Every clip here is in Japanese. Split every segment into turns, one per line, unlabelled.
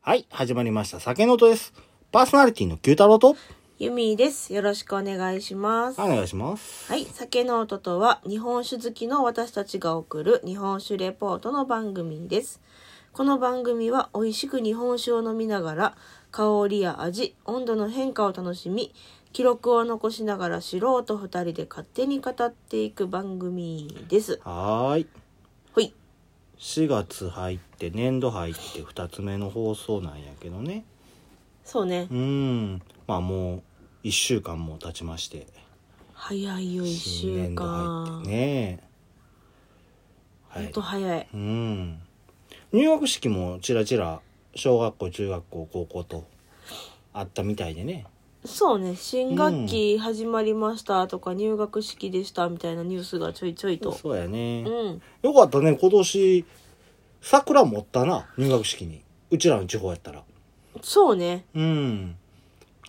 はい、始まりました。酒の音です。パーソナリティの九太郎と、
ユミです。よろしくお願いします。
お願いします。
はい。酒の音とは、日本酒好きの私たちが送る日本酒レポートの番組です。この番組は、美味しく日本酒を飲みながら、香りや味、温度の変化を楽しみ、記録を残しながら素人二人で勝手に語っていく番組です。
はーい。
ほい。
4月入って、年度入って2つ目の放送なんやけどね。
そうね
う。ん。まあもう、1週間も経ちまして。
早いよ、一
新
週
年度入っ
間。
てね。は
ほん
い
と。早い。
うん。入学式もちらちら、小学校、中学校、高校と、あったみたいでね。
そうね新学期始まりましたとか、入学式でしたみたいなニュースがちょいちょいと
そうやね。
うん
よかったね、今年、桜持ったな、入学式に。うちらの地方やったら。
そうね
うん。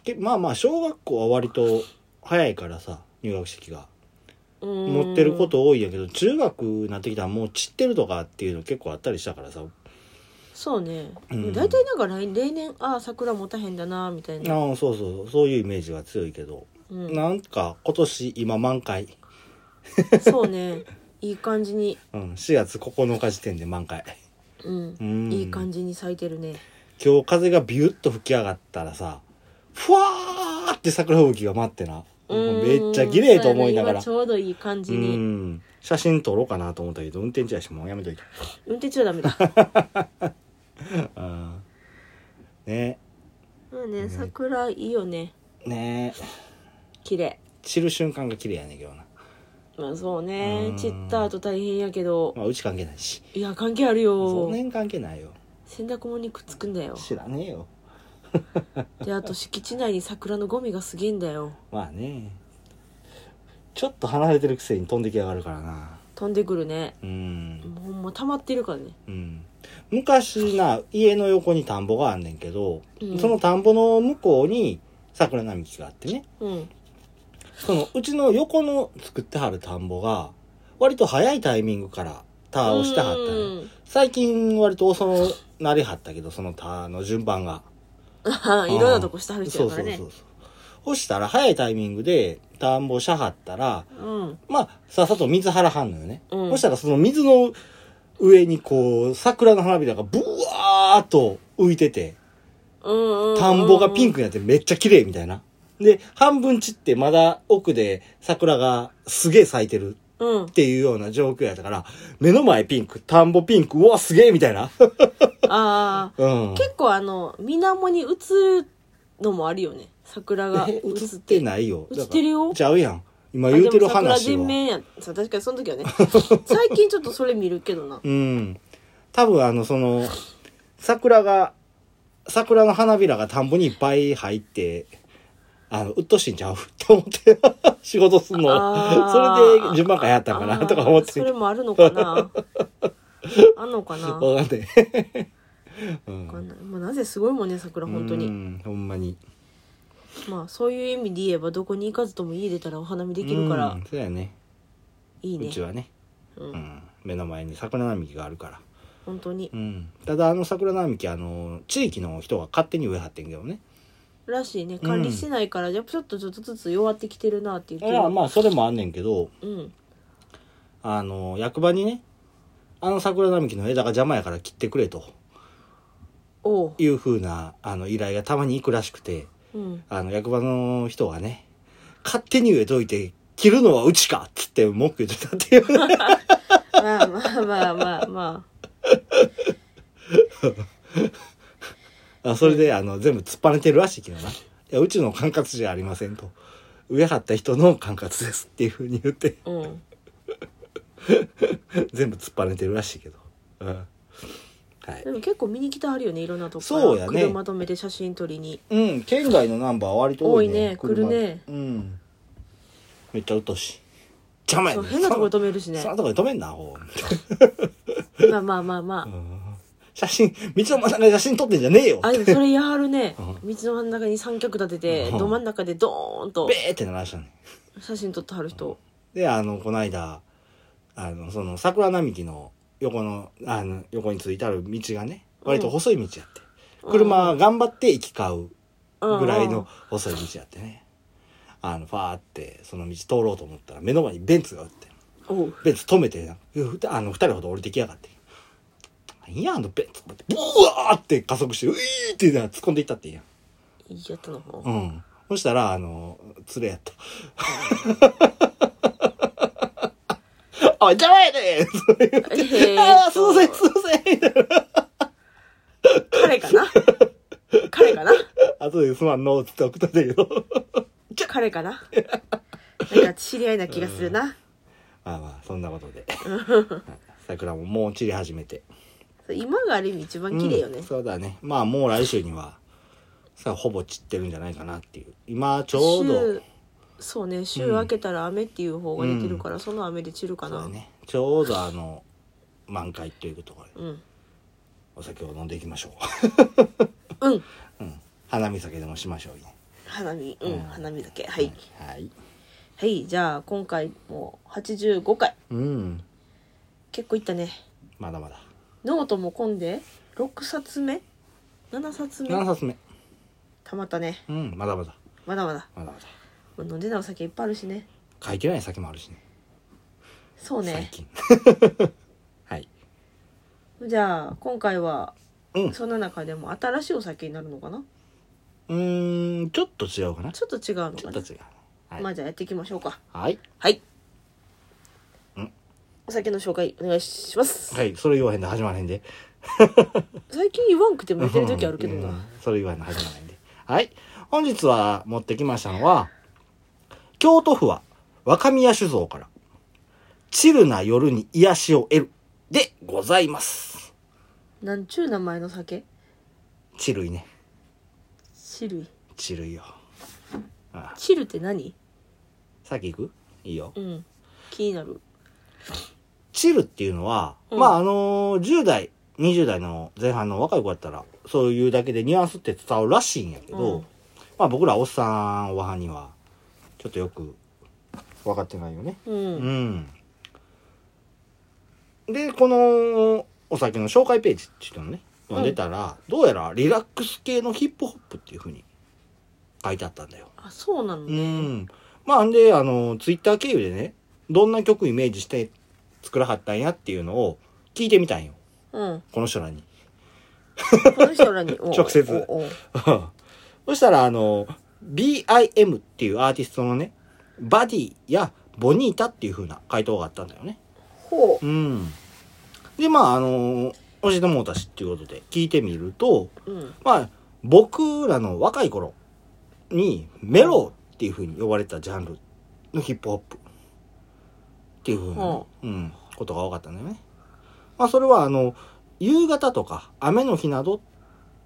けまあまあ、小学校は割と早いからさ、入学式が。
うーん
持ってること多いんやけど、中学になってきたらもう散ってるとかっていうの結構あったりしたからさ。
そうね、
うん
大体なんか来例年ああ桜持たへんだなみたいな、
ああ、そうそう、そういうイメージが強いけど。
うん、
なんか、今年今満開。
そうねいい感じに、
うん、4月9日時点で満開。
うん
うん。
いい感じに咲いてるね
今日風がビュッと吹き上がったらさふわーって桜吹雪が待ってな
うん
めっちゃ綺麗と思いながら
そうやね今ちょうどいい感
う
じに、
ん写真撮ろうかなと思ったけど運転中やしもうやめといた
運転中はダメだ
うんね
うんね桜いいよね
ね
綺麗
散る瞬間が綺麗やねんけどな、
まあそうね
うん
散った後大変やけど
まあ、うち関係ないし
いや関係あるよ
そ年関係ないよ
洗濯物にくっつくんだよ
知らねえよ
であと敷地内に桜のゴミがすげえんだよ
まあねちょっと離れてるくせに飛んできやがるからな
飛んでくるね
うん
もうほんま溜まってるからね
うん昔な家の横に田んぼがあんねんけど、
うん
その田んぼの向こうに桜並木があってね
うん
そのうちの横の作ってはる田んぼが割と早いタイミングからターをしてはったね最近割と遅のなりはったけどそのターの順番が
ったいろんなとこしてはる人
そ
や
う
か
そうそ
ら
う
ね
そうそしたら早いタイミングで田んぼしゃはったら
うん
まあさっさと水張らはんのよね、
うん
そしたらその水の上にこう桜の花びらがブワーっと浮いてて
うんうん
田んぼがピン
ク
クになってめっちゃ綺麗みたいな。で、半分散ってまだ奥で桜がすげえ咲いてる
うん
っていうような状況やったから、目の前ピンク、田んぼピンク、うわ、すげえみたいな。
ああ
うん。
結構あの水面に映るのもあるよね桜が
え映って
い
ないよ。
映ってるよ
だからちゃうやん。今言うてる
桜
話
全
は。
面やそう確かにその 時はね最近ちょっとそれ見るけどな
うん。多分あの、その、桜が、桜の花びらが田んぼにいっぱい入って、あの、うっとうしいんちゃうと思って、仕事すんの。
あ
そ
ー
れで順番回やったんか
あ
な
ー
とか思って
それもあるのか なあんのかな
わかんない。
わかんないまあなぜすごいもんね桜本当
う
に
んほんまに。
まあそういう意味で言えばどこに行かずとも家出たらお花見できるか
う
ら
んそうやね。
いいうね
ちはね。
う
うんん。目の前に桜並木があるから。
本当に
うん。ただあの桜並木、あの、地域の人が勝手に植えはってんけどね。
らしいね管理しないからやっぱちょっとちょっとずつ弱ってきてるなっていう
い
気
や、
は
まあそれもあんねんけど、
うん
あの、役場にね、あの桜並木の枝が邪魔やから切ってくれと
おう
いう風な、あの、依頼がたまに行くらしくて、
うん
あの、役場の人がね、勝手に植えといて、切るのはうちかっつって文句言ってたっていう。
まあまあまあまあま
あそれで、あの、全部突っぱねてるらしいけどな。いや、うちの管轄じゃありませんと。植え張った人の管轄ですっていうふうに言って、
あうん
全部突っぱねてるらしいけど。うん。はい
で。も結構見に来てはるよねいろんなとこ
そうやね
車止めて写真撮りに
うん、県外のナンバーは割と多いね。
多いね
車
来るね
うん。めっちゃうっとうしい。邪魔や
そう
ね
変なとこ
そ
で止めるし
んな
ね
そんなとこで止めんな、ほう。
まあまあまあま
写真、道の真ん中で写真撮ってんじゃねえよ
ああでもそれやはるね道
う
の真ん中に三脚立てて
うん
ど真ん中でドーンと
べーって鳴らしたね。
写真撮ってはる人
で、あの、この間、あの、その、桜並木の横の、あの、横についてある道がね、割と細い道やって。車頑張って行き交
うん
うぐらいの細い道やってね。あの、ファーって、その道通ろうと思ったら、目の前にベンツがおって。
おう
ベンツ止めてな、ふたあの、二人ほど降りてきやがって。なんや、あのベンツと思って、ブワーって加速して、ういーってな突っ込んでいったっていいやん。
いいやったのほう
うん。そしたら、あの、連れや った。あ、邪魔やで
え
ああ、
ー
すいません、すいませんみたいな
彼かな彼かな
後ですまんのって送ったんだけど。
彼か ななんか知り合いな気がするな。
まあまあ、そんなことで。桜ももう散り始めて。
そう今がある意味一番綺麗よね。
うんそうだね。まあもう来週には、さほぼ散ってるんじゃないかなっていう。今、ちょうど、
週そうね週明けたら雨っていう方が出てるから、その雨で散るか
そう
な
だね。ちょうどあの、満開というところで、
うん
お酒を飲んでいきましょ
うん
う。うん。花見酒でもしましょうね。
花見うん、
うん
花見だけはい、
はい。
はいじゃあ今回もう85回
うん。
結構いったね
まだまだ。
ノートも混んで6冊目7冊目
7冊目。
たまったね
うん、まだまだ。
まだまだ
まだまだ。
もう飲んでないお酒いっぱいあるしね
書いてない先もあるしね。
そう
最
ね
近。 はい。
じゃあ今回は
うん。
そんな中でも新しいお酒になるのかな
うーん、ちょっと違うかな。ち
ちょっと違うの
ょ
か
っ
な
と違う。はい。
まあじゃあやっていきましょうか
はい。
はい
うん
お酒の紹介お願いします
はい。それ言わへんで始まらへんで。
最近言わんくても言ってる時あるけど
う。
なん
それ言わへんの始まらないんで。はい。本日は持ってきましたのは、京都府は若宮酒造から、チルな夜に癒しを得るでございます。
なんちゅう名前の酒
チルいね。
チルイ
チルいよ。ああ
チルって何
先行くいいよ。
うん気になる
チルっていうのは、
うん
まああのー10代、20代の前半の若い子だったら、そういうだけでニュアンスって伝わるらしいんやけど、
うん
まあ僕らおっさん、おはには、ちょっとよく分かってないよね。
う
うんん。で、このお酒の紹介ページっていうのをね、読んでたら、どうやらリラックス系のヒップホップっていうふうに書いてあったんだよ。
あそうなの
う
ね
ん。まあ、んで、あの、ツイッター経由でね、どんな曲イメージして作らはったんやっていうのを聞いてみたんよ。
うん
この人らに。
この人らにおう
直接
おうおう
そしたら、あの、BIM っていうアーティストのね、バディやボニータっていう風な回答があったんだよね。
ほ
うん。で、まあ、あの、教えてもうたしっていうことで聞いてみると、
ううん
まあ、僕らの若い頃にメロっていう風に呼ばれたジャンルのヒップホップっていう風なね、うん、ことが多かったんだよね。まあ、それはあの、夕方とか雨の日など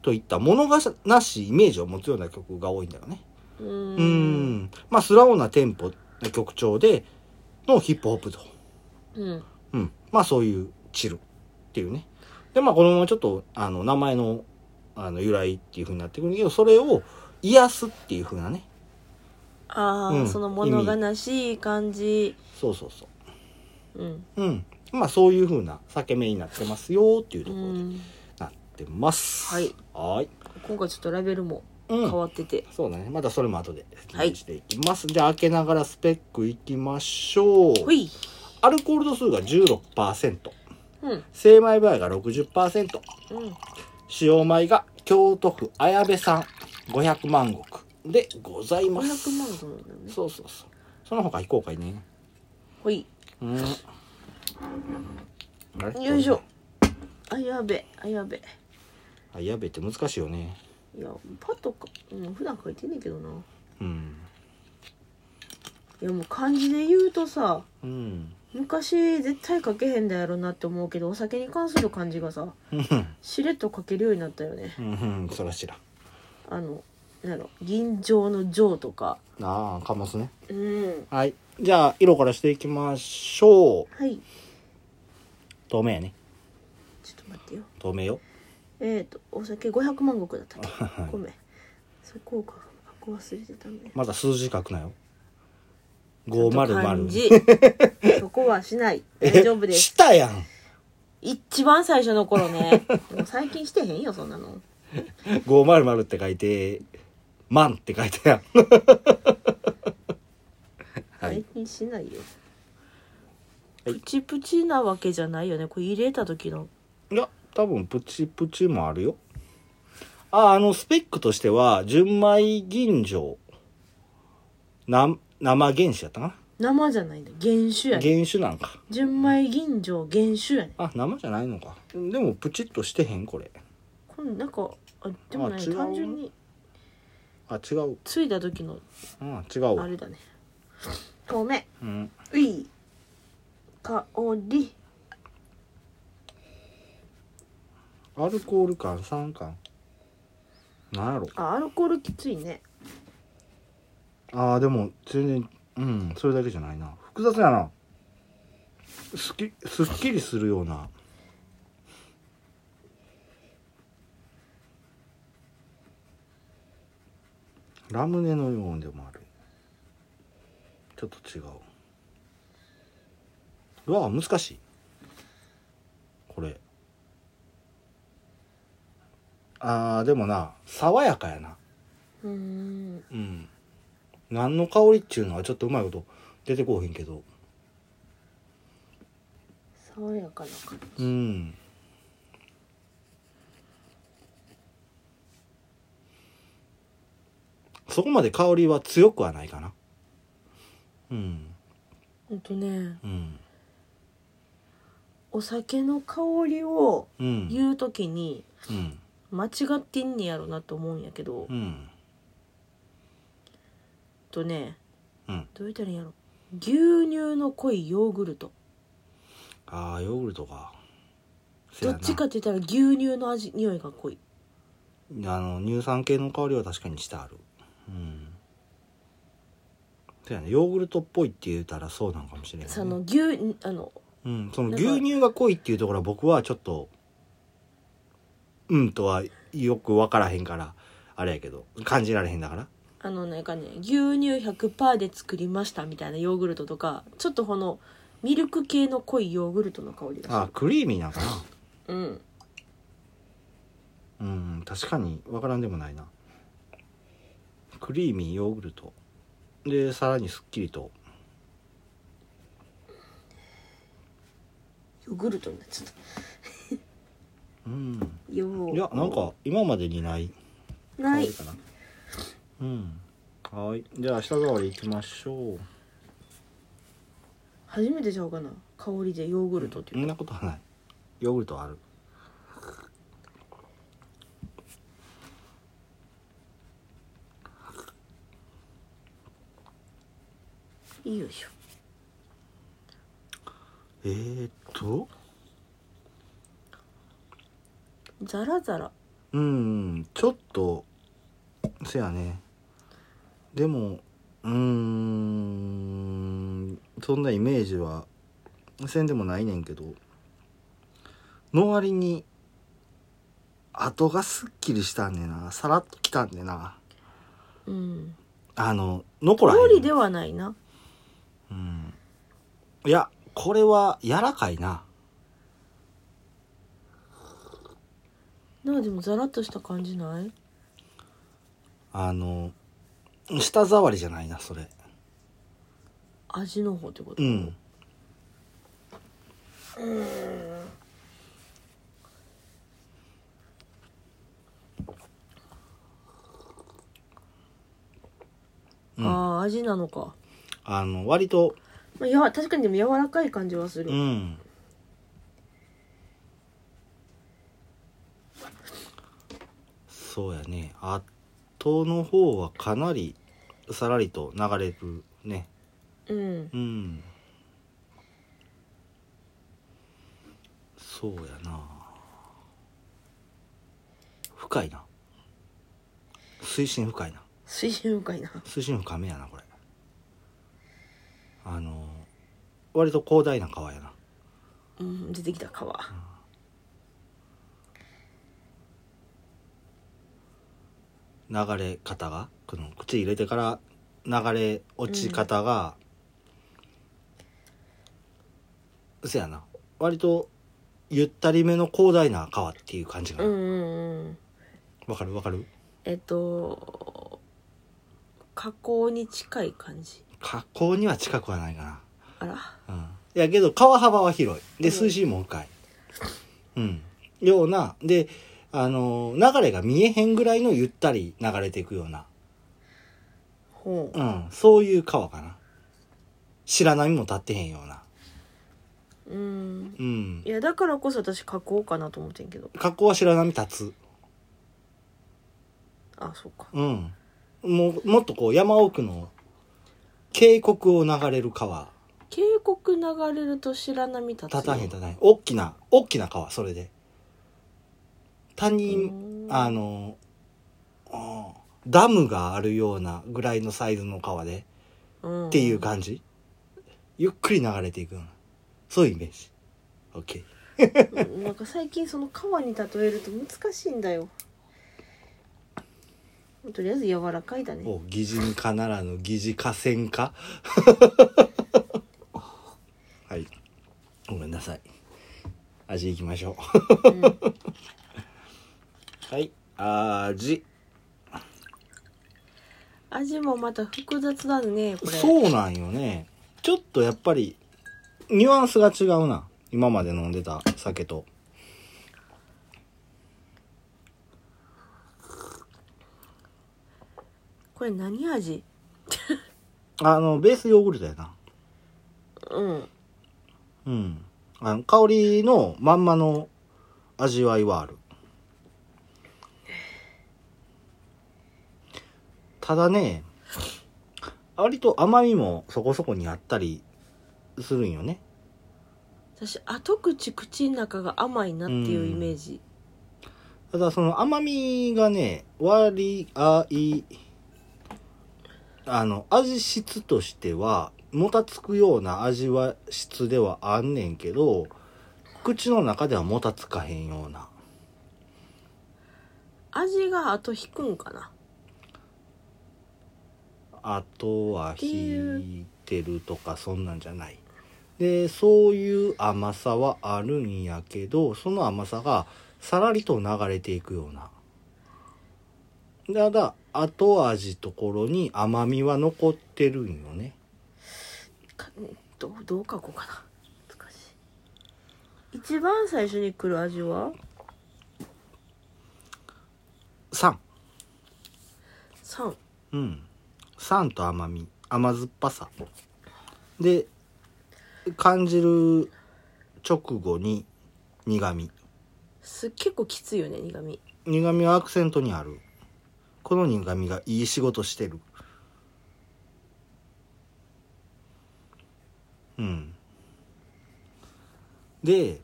といった物がなしイメージを持つような曲が多いんだよね。
う
う
ーん
ん。まあ、スラオなテンポの曲調でのヒップホップと。
うん
うん。まあそういうチルっていうね。で、まあこのままちょっと、あの、名前の、あの、由来っていう風になってくるんだけど、それを癒すっていう風なね。
あ
う
あ
ん
その物悲しい感じ
そうそうそ
うん
う。うん。まあそういう風な裂け目になってますよっていうと
う
ころで
ん
なってます。
はい。
はーい。
今回ちょっとラベルも
う
変
ん。
わってて
そうだね。またそれも後で説
はい
明していきます。じゃあ開けながらスペックいきましょう。
ほい
アルコール度数が16%。
うん
精米部合が60%。
うん
使用米が京都府綾部産500万石でございます
500万ドルだよね
そうそうそうその他非公開ね
ほい
うんあれ
よいしょあやべあやべ
綾部って難しいよね
いやパッとか、うん、普段書いてんねんけどな
うん
いやもう漢字で言うとさ
うん
昔絶対書けへんだやろなって思うけどお酒に関する漢字がさ
うん
しれっと書けるようになったよね
うんそらしら
あのなんやろ銀醸の醸とか
ああかますね
うん
はいじゃあ色からしていきましょう
はい
透明やね
ちょっと待ってよ
透明よ
えっ、ー、とお酒500万石だったっけ
はい
ごめんそこか箱忘れてたね
まだ数字書くなよ
ち
500
ょっと漢字そこはし ない大丈夫で
え
す
したやん
一番最初の頃ねでも最近してへんよそんなの
500って書いて、万って書いてやん。はい
最。近しないよ、プチプチなわけじゃないよねこれ入れた時の
いや、多分プチプチもあるよ。あ、あの、スペックとしては、純米吟醸。な、生原酒やったか
生じゃないんだ原酒や
な
ね
原酒なんか。
純米吟醸原酒やね
あ、生じゃないのか。でも、プチッとしてへん、これ。
これなんかあでも
あ
ね
違う
単純に
あ、違う。
ついた時の
うん、違う
あ
わ。
れだねごめん
うん。
うい香り
アルコール感、酸感。なんやろ。
あアルコールきついね
ああでも全然うんそれだけじゃないな複雑やなすっきすっきりするようなラムネのようでもあるちょっと違ううわ難しいこれあーでもな爽やかやな
うーん
うん。何の香りっちゅうのはちょっとうまいこと出てこうへんけど。
爽やかな感じ
うん。そこまで香りは強くはないかな。うん。
ほんとね
うん。
お酒の香りを
うん。
言う時に
うん。
間違ってんねやろなと思うんやけど、
うん。
とね
うん。
どう言ったらいいんやろ牛乳の濃いヨーグルト
ああ、ヨーグルトか。せ
ど
やな
っちかって言ったら牛乳の味匂いが濃い
あの乳酸系の香りは確かにしてあるうんそうやねヨーグルトっぽいって言うたらそうなんかもしれない、ね、
その牛あの
うん、その
なんか
牛乳が濃いっていうところは僕はちょっとうんとはよく分からへんからあれやけど感じられへんだから
あのなんかね牛乳100%で作りましたみたいなヨーグルトとかちょっとこのミルク系の濃いヨーグルトの香りがす
あクリーミーなんかな
るうん
うん確かに分からんでもないなクリーミーヨーグルトでさらにすっきりと
ヨーグルトになっちゃった
うん
ヨー
いやなんか今までにない
ない
香りかなうんはいじゃあ舌触りいきましょう
初めてちゃうかな香りでヨーグルトって
そ
い
ん
う
なことはないヨーグルトはある
いいよいしょ
えー、っと
ザラザラ
うんちょっとせやねでもうーんそんなイメージはせんでもないねんけどの割に後がすっきりしたんねんなさらっときたんねんな
うん
あの残らへん
料理ではないな
うんいやこれは柔らかいな
なんかでもザラッとした感じない
あの舌触りじゃないなそれ
味の方ってこと
うんうん
ああ味なのか、
あの割と
まあ、やわ確かにでも柔らかい感じはする、
うんそうやね後の方はかなりさらりと流れるね
うん、
うんそうやな深いな水深深いな
水深深いな
水深深めやなこれあの割と広大な川やな
うん出てきた皮
流れ方がこの口入れてから流れ落ち方が、そやな割とゆったりめの広大な川っていう感じが、
うんうんうん
わかるわかる
えっと加工に近い感じ
河口には近くはないか
あら
なうんいやけど川幅は広いで
うん
水深も深いうんようなであの流れが見えへんぐらいのゆったり流れていくような
ほ
うんそういう川かな白波も立ってへんような
ううん
うん
いやだからこそ私加工かなと思ってんけど
河口は白波立つ
あそうか
うんもうもっとこう山奥の渓谷を流れる川
渓谷流れると白波立つ
立たへん立たへん大きな大きな川それで谷
うん
あのうんダムがあるようなぐらいのサイズの川で
うん
っていう感じゆっくり流れていくようなそういうイメージ OK
うんなんか最近その川に例えると難しいんだよとりあえず柔らかいだね
お擬人化ならぬ擬似化線化 はいごめんなさい味いきましょ
うん
う はい味
味もまた複雑だねこれ
そうなんよねちょっとやっぱりニュアンスが違うな今まで飲んでた酒と
これ何味
あのベースヨーグルトやな
うん
うんあの香りのまんまの味わいはあるただね割と甘みもそこそこにあったりするんよね
私後口口の中が甘いなっていうイメージ
ただその甘みがね割合あの味質としてはもたつくような味は質ではあんねんけど口の中ではもたつかへんような
味が後引くんかな
あとは引いてるとかそんなんじゃないでそういう甘さはあるんやけどその甘さがさらりと流れていくようなただ後味ところに甘みは残ってるんよね
かどうどう書こうかな難しい一番最初に来る味は
酸
酸
うん酸と甘み甘酸っぱさで感じる直後に苦味
す結構きついよね苦味
苦味はアクセントにあるこの苦味がいい仕事してるうんで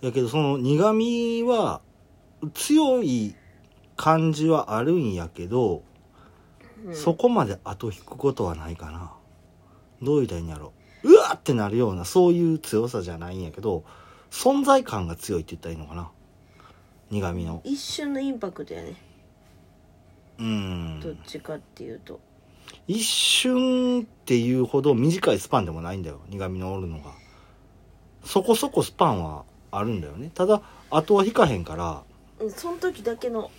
やけどその苦味は強い感じはあるんやけど、
うん
そこまで後引くことはないかなどう言いたらいいんやろうわってなるようなそういう強さじゃないんやけど存在感が強いって言ったらいいのかな苦味の
一瞬のインパクトやね
う
どっ
ん
ちかっていうと
一瞬っていうほど短いスパンでもないんだよ苦味のおるのがそこそこスパンはあるんだよねただ後は引かへんから
うんその時だけの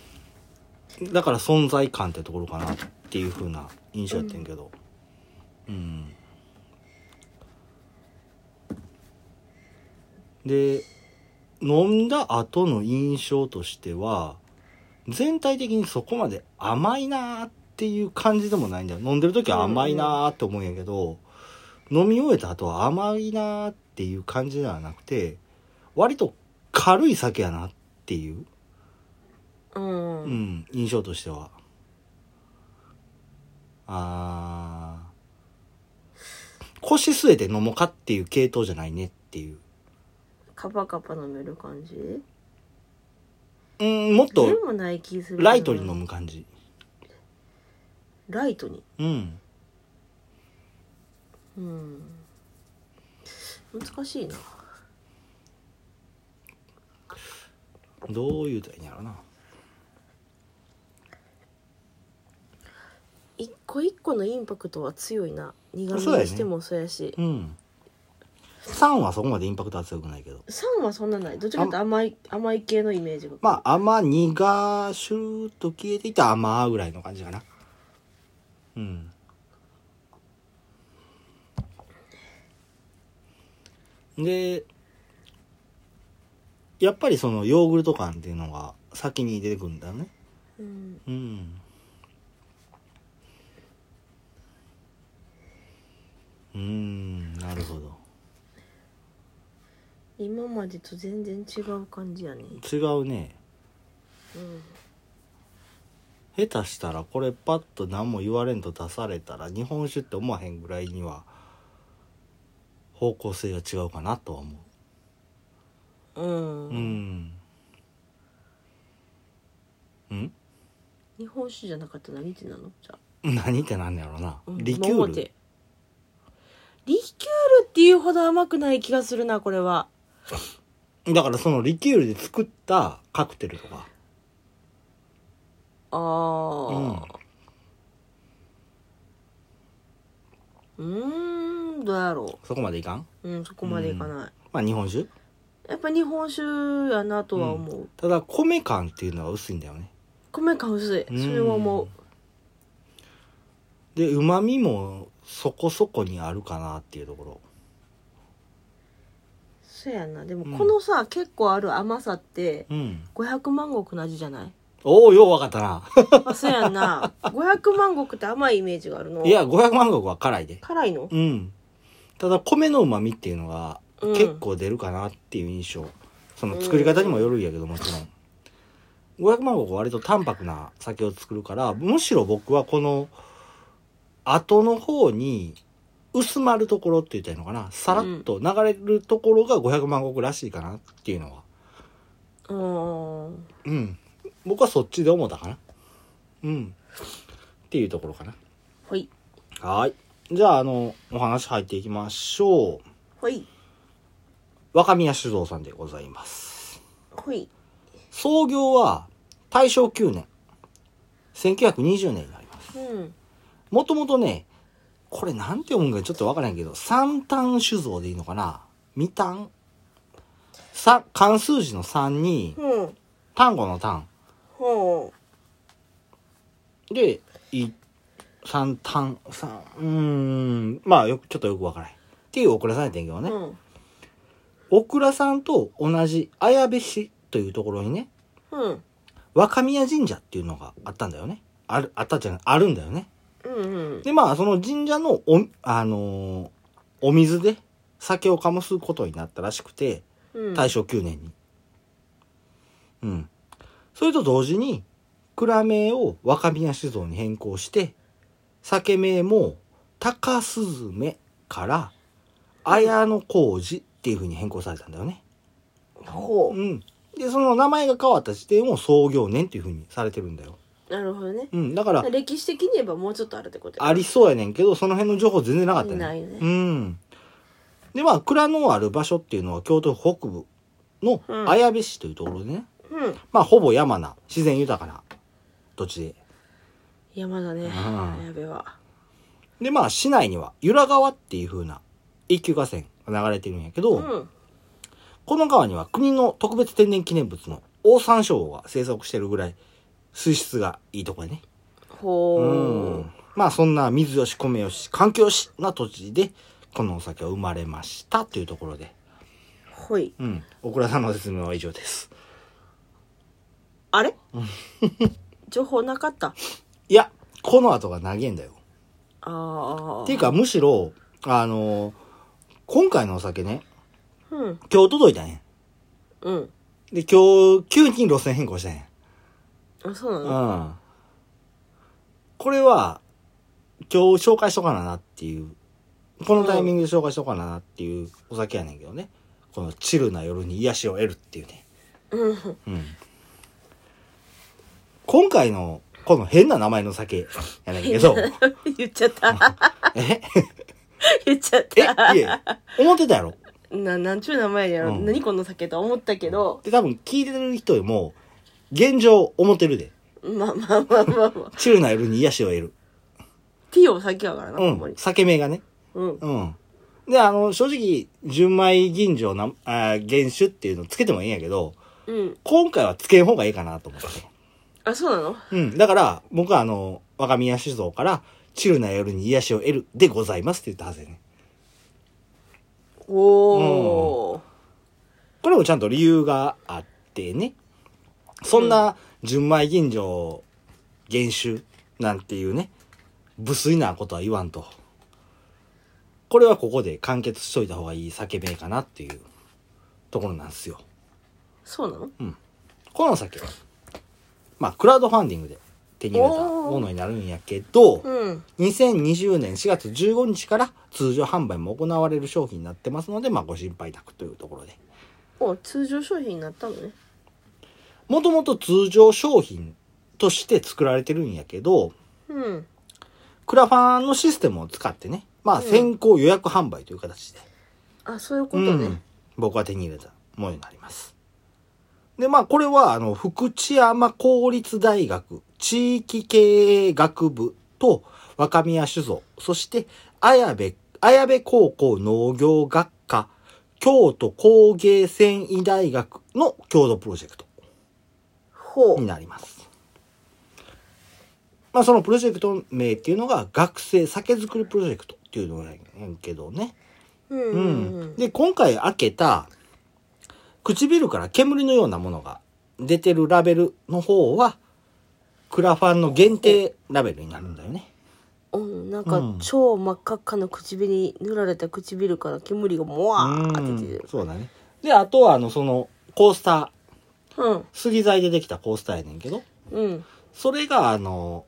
だから存在感ってところかなっていう風な印象やってんけどうん、で飲んだ後の印象としては全体的にそこまで甘いなーっていう感じでもないんだよ飲んでる時は甘いなーって思うんやけど、飲み終えた後は甘いなーっていう感じではなくて割と軽い酒やなっていう
うん、
うん、印象としては。あー腰据えて飲もうかっていう系統じゃないねっていう。
カパカパ飲める感じ
うん、もっ
で
と
もない気するけどな
ライトに飲む感じ。
ライトに
うん。
うん難しいな
どう言うたらいいんやろな。
一個一個のインパクトは強いな苦味
そうや
に
ね
してもそうやし
うん。 3はそこまでインパクトは強くないけど。
酸はそんなないどっちかというと甘い甘い系のイメージが
まあ、甘、苦、シューッと消えていった甘ぐらいの感じかな。うん。で、やっぱりそのヨーグルト感っていうのが先に出てくるんだよね。
うん
うん。うーん、なるほど。
今までと全然違う感じやね
違うね。
うん
下手したらこれパッと何も言われんと出されたら日本酒って思わへんぐらいには方向性が違うかなとは思
う
う
ん、
うんうん
日本酒じゃなかったら何ってなのじゃあ
何ってなんねやろな、
うん
リキュ
桃
ー
っ
ル
てリキュールっていうほど甘くない気がするなこれは
だからそのリキュールで作ったカクテルとか
ああうんんどうやろ
そこまでいかん
ううんそこまでいかない、
まあ日本酒
やっぱ日本酒やなとは思う、
ただ米感っていうのは薄いんだよね
米感薄いそれは思う
でうまみもそこそこにあるかなっていうところ
そうやなで
うん
もこのさ、結構ある甘さって
うん
500万石の味じゃない
おおようわかったな
あそうや んな500万石って甘いイメージがあるの
いや、500万石は辛いで。
辛いの
うん。ただ、米の旨味っていうのが、
うん
結構出るかなっていう印象。その作り方にもよるんやけど、もちろん。500万石は割と淡白な酒を作るから、むしろ僕はこの、後の方に、薄まるところって言ったらいいのかな。さらっと流れるところが500万石らしいかなっていうのは。
うーん
うん。僕はそっちで思ったかな。うん。っていうところかな。
ほい
はい。じゃあ、あの、お話入っていきましょう。
ほい
若宮酒造さんでございます。
ほい
創業は大正9年、1920年になります。
うん
もともとね、これなんて読むんかちょっとわからへんけど、三単酒造でいいのかな三単さ、漢数字の3に、
うん
単語の単。
ほ
で、い、三単、三、うーん、まあよく、ちょっとよくわからへん。っていうお倉さんやってんけど
う
ね。
うん
大倉さんと同じ綾部市というところにね、
うん
若宮神社っていうのがあったんだよね。ある、あったじゃない、あるんだよね。
うんうん
で、まあ、その神社のお、あのーお水で酒を醸すことになったらしくて、
うん
大正9年に。うん。それと同時に、蔵名を若宮酒造に変更して、酒名も高スズメから綾小路っていう風に変更されたんだよね。
ほ
うん。で、その名前が変わった時点を創業年っていう風にされてるんだよ。
うなるほどね
うん。だから、
歴史的に言えばもうちょっとあるってこと
あ
や
りそうやねんけど、その辺の情報全然なかったね。
ないね
うん。で、まあ、蔵のある場所っていうのは京都府北部の
うん
綾部市というところでね、
うん
まあ、ほぼ山な、自然豊かな土地で。
山だね
ん
やべは
で、まあ、市内には、由良川っていう風な一級河川が流れてるんやけど、
うん
この川には国の特別天然記念物のオオサンショウウオが生息してるぐらい、水質がいいところね。う
ほ
んまあそんな水よし米よし環境よしな土地でこのお酒は生まれましたというところで、
うほい
うん、小倉さんの説明は以上です
あれ情報なかった
いやこの後が長えんだよ
ああ
っていうかむしろあのー今回のお酒ね
うん
今日届いたね
うん
んで今日急に路線変更したね
あそうなんの
うんこれは今日紹介しとかななっていうこのタイミングで紹介しとかななっていうお酒やねんけどねこのチルな夜に癒しを得るっていうね
うん
うん今回の、この変な名前の酒やねんけ ど、
言っちゃった
え
言っちゃっ
え
た
いえ、思ってたやろ
ななんちゅう名前やろ、
うん
何この酒とは思ったけど、
で、多分聞いてる人も、現状思ってるで。
まあまあまあまあまあ
チルな夜に癒しを得る。
ティーお酒やからな、
う
ほんま
ん
に。
酒名がね。
うん
うん。で、あの、正直、純米吟醸な、あー原酒っていうのつけてもいいんやけど、
うん。
今回はつけん方がいいかなと思って。
あ、そうなの
うん。だから、僕はあの、若宮酒造から、チルな夜に癒しを得るでございますって言ったはずやね。
おー。
これもちゃんと理由があってね。そんな純米吟醸、原酒なんていうね、無粋なことは言わんと。これはここで完結しといた方がいい酒名かなっていうところなんですよ。
そうなの
この酒は、まあ、クラウドファンディングで手に入れたものになるんやけど、
うん。
2020年4月15日から通常販売も行われる商品になってますので、まあ、ご心配なくというところで。
お通常商品になったのね。
もともと通常商品として作られてるんやけど、
うん。
クラファンのシステムを使ってね、まあ、先行予約販売という形で、
あ、そういうこ
う
とね
ん。僕は手に入れたものになります。で、まあ、これは、あの、福知山公立大学地域経営学部と若宮酒造、そして、綾部、綾部高校農業学科、京都工芸繊維大学の共同プロジェクト
ほ
に
う。
なります。まあ、そのプロジェクト名っていうのが、学生酒造りプロジェクトっていうのなんやけどね。
うん
う
うんうん
ん。で、今回開けた、唇から煙のようなものが出てるラベルの方は、クラファンの限定ラベルになるんだよね。
うん、なんか
うん
超真っ赤っかの唇に塗られた唇から煙がもわーって出て
う
る
ん。そうだね。で、あとは、あの、その、コースター、
うん。
杉材でできたコースターやねんけど、
うん。
それが、あの、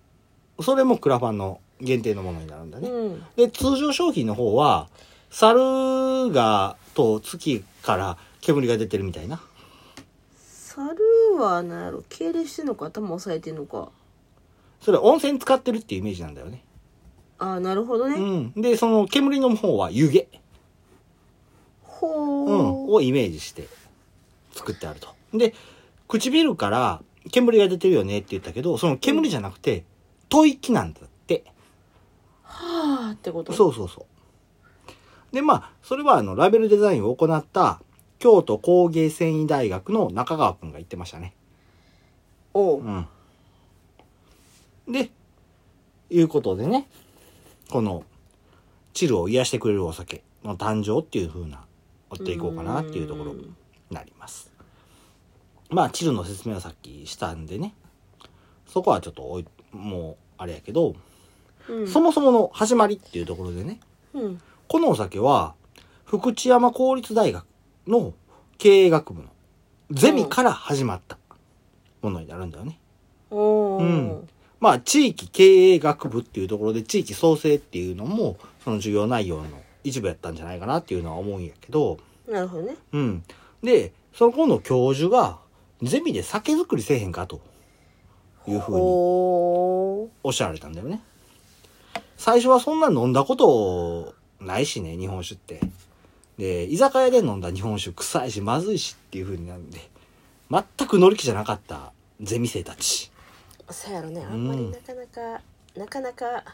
それもクラファンの限定のものになるんだね。
うん。
で、通常商品の方は、猿が、と月から煙が出てるみたいな。
猿は何やろ敬礼してんのか頭押さえてんのか
それ温泉使ってるっていうイメージなんだよね。
ああなるほどね、
うん。で、その煙の方は湯気、うん、
ほう、
をイメージして作ってあると。で、唇から煙が出てるよねって言ったけど、その煙じゃなくて、吐息なんだって。
はあってこと
そうそうそう。で、まあ、それはあの、ラベルデザインを行った、京都工芸繊維大学の中川くんが言ってましたね。
おう、
うん。で、いうことでね、この、チルを癒してくれるお酒の誕生っていう風な、追っていこうかなっていうところになります。まあ、チルの説明はさっきしたんでね、そこはちょっとおい、もう、あれやけど、
うん
そもそもの始まりっていうところでね、
うん
このお酒は、福知山公立大学の経営学部のゼミから始まったものになるんだよね。
おう
うんまあ、地域経営学部っていうところで地域創生っていうのも、その授業内容の一部やったんじゃないかなっていうのは思うんやけど、
なるほどね
うん。で、その今度教授が、ゼミで酒造りせえへんかと、いうふうに
ほ
おっしゃられたんだよね。最初はそんな飲んだことないしね、日本酒って。で、居酒屋で飲んだ日本酒臭いし、まずいしっていうふうになるんで、全く乗り気じゃなかったゼミ生たち。
うそうやろね
ん
あんまりなかなか、なかなか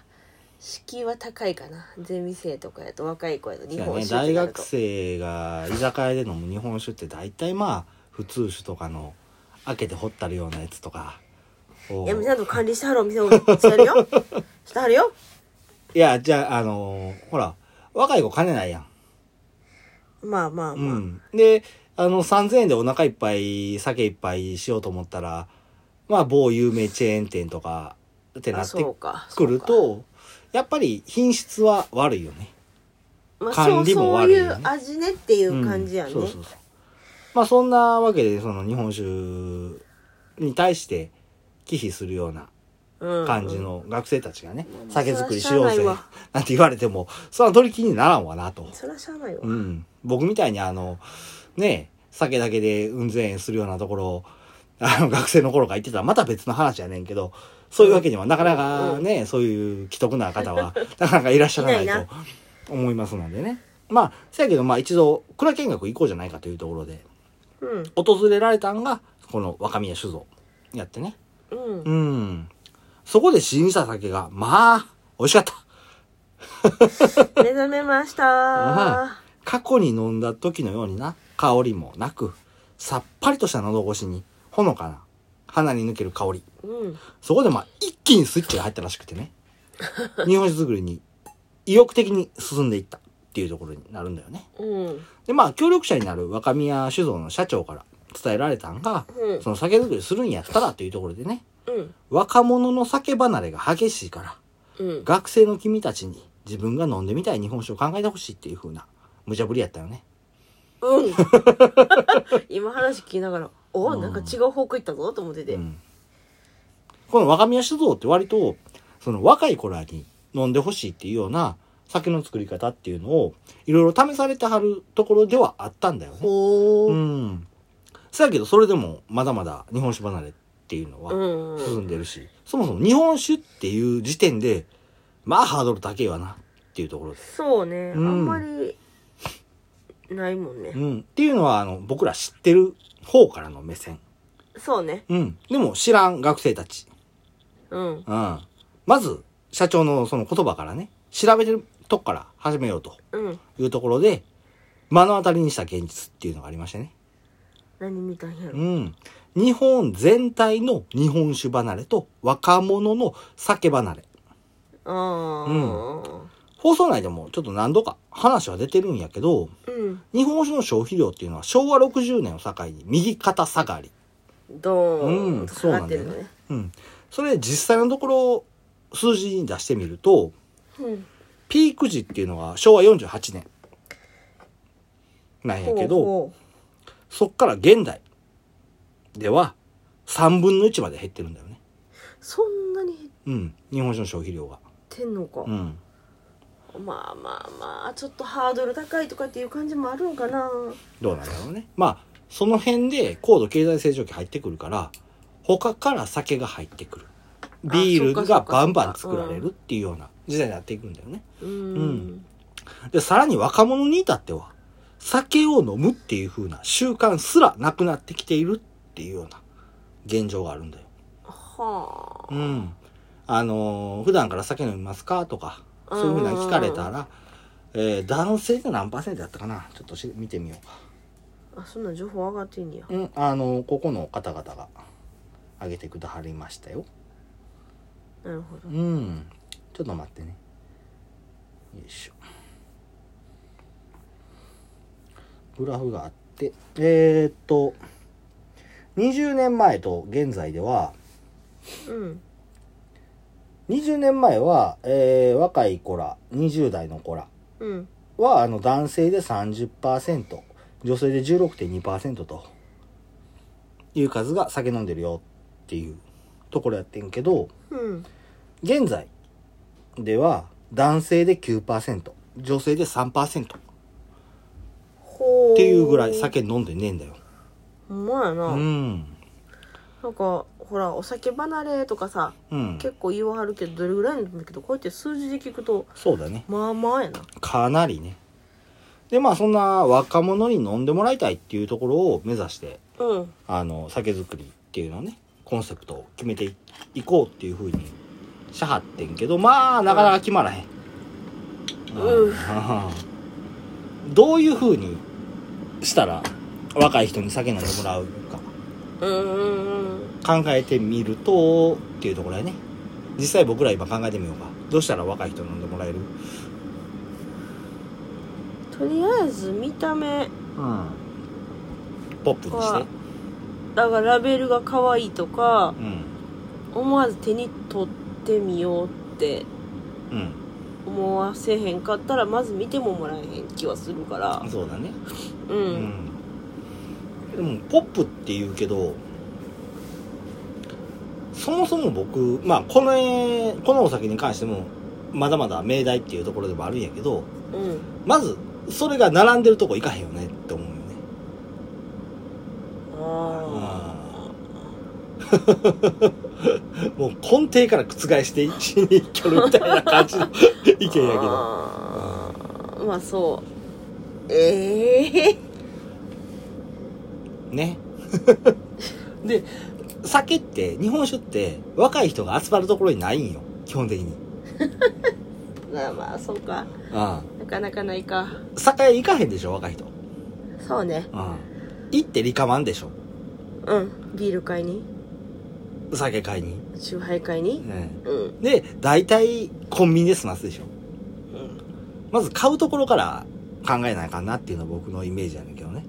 敷居は高いかなゼミ生とかやと若い子やと日
そうや
本
ね、
酒っ
大
てなる
学
と
生が居酒屋で飲む日本酒って大体まあ普通酒とかの開けて掘ったるようなやつとかを
いやちゃんと管理してはるお店をしてはるよしてはるよ
いやじゃああのーほら若い子金ないやん、
まあまあ
う
まあ、
ん、であの3,000円でお腹いっぱい酒いっぱいしようと思ったらまあ某有名チェーン店とかってな
あ
っ
そ
て
うか
くる
そうか
とやっぱり品質は悪いよね
まあ、
管理も悪いよね
そうそういう味ねっていう感じやね、
うんそうそうそうまあそんなわけでその日本酒に対して忌避するような
うん
感じの学生たちがね、
うん
酒造りしようぜ
そらしゃあないわ
なんて言われてもそれは取り気にならんわなと、
それはしゃあないわ、
うん、僕みたいにあのね酒だけで運善するようなところをあの学生の頃から言ってたらまた別の話やねんけどそういうわけにはなかなかね、そういう既得な方はなかなかいらっしゃらない
いない
と
な
思いますのでねまあせやけどまあ一度蔵見学行こうじゃないかというところで
うん
訪れられたんがこの若宮酒造やってね
うん
うん。そこで試飲した酒が、まあ、美味しかった。
目覚めました。
過去に飲んだ時のようにな、香りもなく、さっぱりとした喉越しに、ほのかな、鼻に抜ける香り。
うん。
そこでまあ、一気にスイッチが入ったらしくて ね。日本酒作りに意欲的に進んでいったっていうところになるんだよね。
うん。
で、まあ、協力者になる若宮酒造の社長から伝えられたんが、
うん
その酒造りするんやったらというところでね、
うん。
若者の酒離れが激しいから、
うん。
学生の君たちに自分が飲んでみたい日本酒を考えてほしいっていう風な無茶ぶりやったよね。
うん。今話聞きながら、おなんか違う方向行ったぞと思ってて。
うんこの若宮酒造って割と、その若い子らに飲んでほしいっていうような酒の作り方っていうのをいろいろ試されてはるところではあったんだよね。
ほ
う
ー。
ん。そやけどそれでもまだまだ日本酒離れっていうのは
うん。
進んでるし、そもそも日本酒っていう時点で、まあハードル高いわなっていうところで。
そうね。あ
うん
んまり、ないもんね
う。ん。っていうのは、あの、僕ら知ってる方からの目線。
そうね。
うん。でも知らん学生たち。
うん。
うん。まず、社長のその言葉からね、調べてるとこから始めようと
うん。
いうところで、目の当たりにした現実っていうのがありましてね。
何見たんや
う
ろ。
ん。日本全体の日本酒離れと若者の酒離れ。
あー。
放送内でもちょっと何度か話は出てるんやけど、
うん。
日本酒の消費量っていうのは昭和60年を境に右肩下がり。
ドー
う
ン
ん
と
そう
か
な
かっ
ん
て
だよね
るのね。
うん。それ実際のところ、数字に出してみると、
うん。
ピーク時っていうのが昭和48年なんやけど、
ほ
そっから現代では3分の1まで減ってるんだよね。
うほうそんなに減っ
うん。日本酒の消費量が。
てんのか
う。ん。
まあまあまあ、ちょっとハードル高いとかっていう感じもあるんかな。
どうなんだろうね。まあ、その辺で高度経済成長期入ってくるから、他から酒が入ってくる。ビー
そっ
ル
かそっ
が
かそっか
バンバン作られるっていうような時代になっていくんだよね。
う
うんん。で、さらに若者に至っては、酒を飲むっていう風な習慣すらなくなってきているっていうような現状があるんだよ。
はあ。
うん。あのー普段から酒飲みますかとか、そういう風な聞かれたら、えー男性って何パーセントだったかなちょっとし見てみようか。
あ、そんな情報上がってんねや。
うん、あのーここの方々が挙げてくだはりましたよ。
なるほど
う。ん。ちょっと待ってね。よいしょ。グラフがあって、えー、っと、20年前と現在では、
うん。
20年前は、えー若い子ら、20代の子ら
うん。
は、あの、男性で30%、女性で16.2%と、いう数が酒飲んでるよっていうところやってんけど、
うん。
現在では男性で9%女性で3%っ
ほう。
ていうぐらい。酒飲んでねえんだよ
ほんまやな。
うん
なんか、ほら、お酒離れとかさ、
うん
結構言わはるけど、どれぐらいなんだけど、こうやって数字で聞くと、
そうだね
まあまあやな。
かなりねでまあそんな若者に飲んでもらいたいっていうところを目指して
うん。
あの酒造りっていうのをねコンセプトを決めていいこうっていうふうにしはってんけどまあなかなか決まらへん、
うん
うん どういうふうにしたら若い人に酒飲んでもらうか
うんうんうん。
考えてみるとっていうところやね実際僕ら今考えてみようかどうしたら若い人に飲んでもらえる
とりあえず、見た目、
うんポップにして
だからラベルが可愛いとか、
うん
思わず手に取ってみようって思わせへんかったらまず見てももらえへん気はするから
うんそうだね
う
うんんでもポップって言うけどそもそも僕まあこの絵このお酒に関してもまだまだ命題っていうところでもあるんやけど
うん
まずそれが並んでるとこ行かへんよねって思うよね
あ
もう根底から覆してしに行きょるみたいな感 じの意見やけど。
あーまあそうええ
ね。 で、酒って、日本酒って若い人が集まるところにないんよ。基本的に。
ー、な まあそうか
あ
なかなかないか
酒屋行かへんでしょ若い人
そうね
あ行ってリカマンでしょ
うんビール買いに
酒買いに、
酎ハイ買いに
ね
うん
で大体コンビニで済ますでしょ
うん
まず買うところから考えないかなっていうのは僕のイメージやねんけどね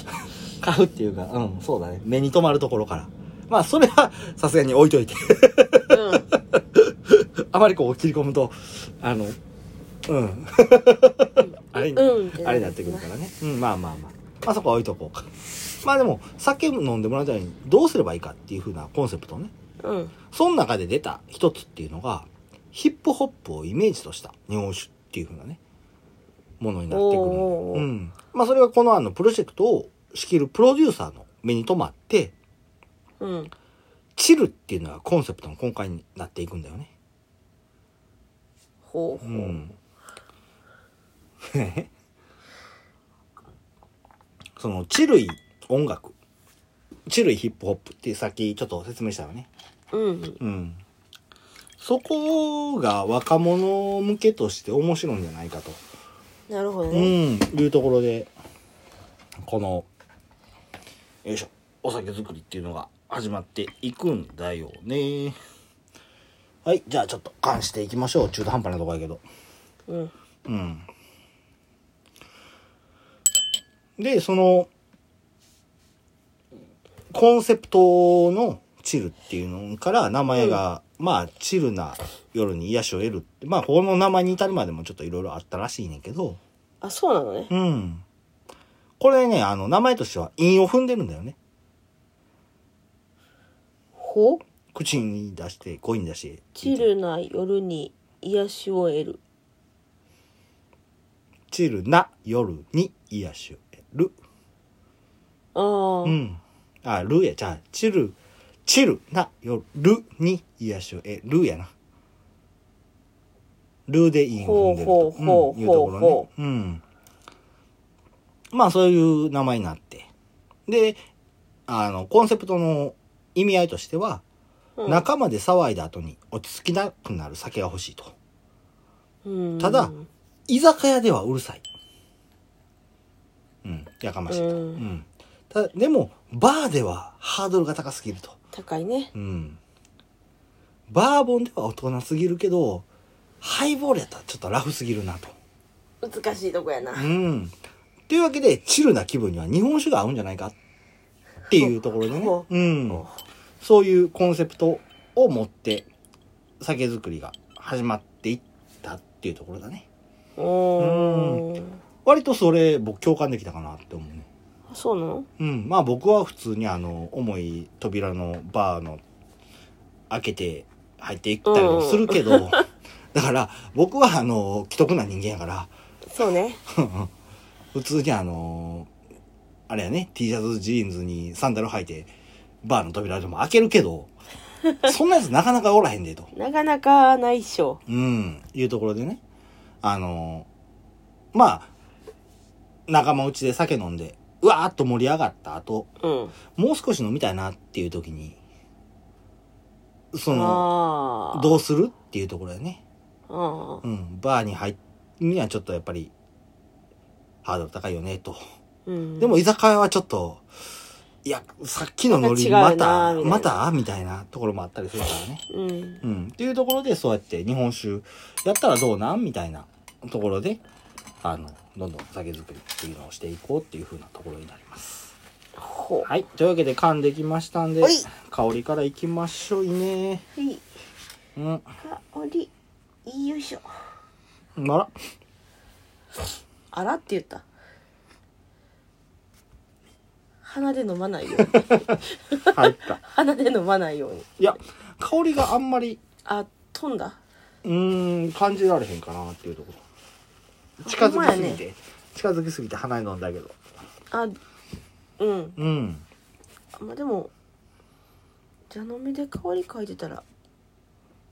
買うっていうかうんそうだね目に留まるところからまあそれはさすがに置いといて
うん
あまりこう切り込むとあのうん あれに、
うんて
あれになってくるからね。うん、まあまあまあ。まあそこは置いとこうか。まあでも、酒飲んでもらいたいにどうすればいいかっていう風なコンセプトね。
うん
その中で出た一つっていうのが、ヒップホップをイメージとした日本酒っていう風なね、ものになってくるんで
おー
うん。まあそれがこのあのプロジェクトを仕切るプロデューサーの目に留まって、
うん
チルっていうのがコンセプトの根幹になっていくんだよね。
ほうほ
う
う、
ん。その、チルイ音楽。チルイヒップホップってさっきちょっと説明したよね。
うん
うん。そこが若者向けとして面白いんじゃないかと。
なるほど
うん。
ね、
いうところで、この、よいしょ。お酒作りっていうのが始まっていくんだよね。はい。じゃあちょっと関していきましょう。中途半端なとこやけど。
うん、
うん。で、その、コンセプトのチルっていうのから名前が、まあ、チルな夜に癒しを得るって、まあ、この名前に至るまでもちょっといろいろあったらしいねんけど、
あそうなのね
うん。これね、あの、名前としては韻を踏んでるんだよね。
ほう
口に出して、声に出して。
チ。ルな夜に癒しを得る
チルな夜に癒しを得る。
ああ、
うん。あ、ルや、じゃあ、チル、チルな、よ、ルに癒しを、え、ルやな。ルでインを踏んでると。
ほうほうほうほう
うんいうとこ
ほ
ろね。うん。まあ、そういう名前になって。で、あの、コンセプトの意味合いとしては、
うん
仲間で騒いだ後に落ち着きなくなる酒が欲しいと。
うん
ただ居酒屋ではうるさい。うん、やかましいと。
う
うんん。ただ、でも、バーではハードルが高すぎると。
高いね
うん。バーボンでは大人すぎるけど、ハイボールやったらちょっとラフすぎるなと。
難しいとこやな
うん。というわけで、チルな気分には日本酒が合うんじゃないかっていうところでね
ほ。
うん。そういうコンセプトを持って、酒造りが始まっていったっていうところだね。
おー
割とそれ、僕共感できたかなって思うね。
あそうなの
うん、まあ僕は普通にあの重い扉のバーの開けて入っていったりもするけど、 だから僕はあの既得な人間やから
そうね
普通にあのあれやね T シャツジーンズにサンダル履いてバーの扉でも開けるけ どそんなやつなかなかおらへんでと、
なかなかないっしょ
うん、いうところでねあのまあ仲間内で酒飲んでうわーっと盛り上がった後
うん
もう少し飲みたいなっていう時に、その、
ああ
どうするっていうところだよね。
あ
うん、バーに入っにはちょっとやっぱり、ハードル高いよね、と。
うん
でも居酒屋はちょっと、いや、さっきのノリ、
ま
ま
た
た、
違うな
また、みたいなところもあったりするからね。
うん
うん。っていうところで、そうやって日本酒やったらどうなんみたいなところで、あの、どんどん酒造りっていうのをしていこうっていう風なところになります。
ほ
はい。というわけで噛んできましたんで
はい、
香りからいきましょういね。
うはい
うん。
香りよいしょ
あら。
あらって言った鼻で飲まないように
入った。
鼻で飲まないように
いや、香りがあんまり、
あ飛んだ
うーん、感じられへんかなっていうところ。近づきすぎて、近づきすぎて鼻に飲んだけど。
あうん
うん。
まあでも蛇の目で香り嗅いでたら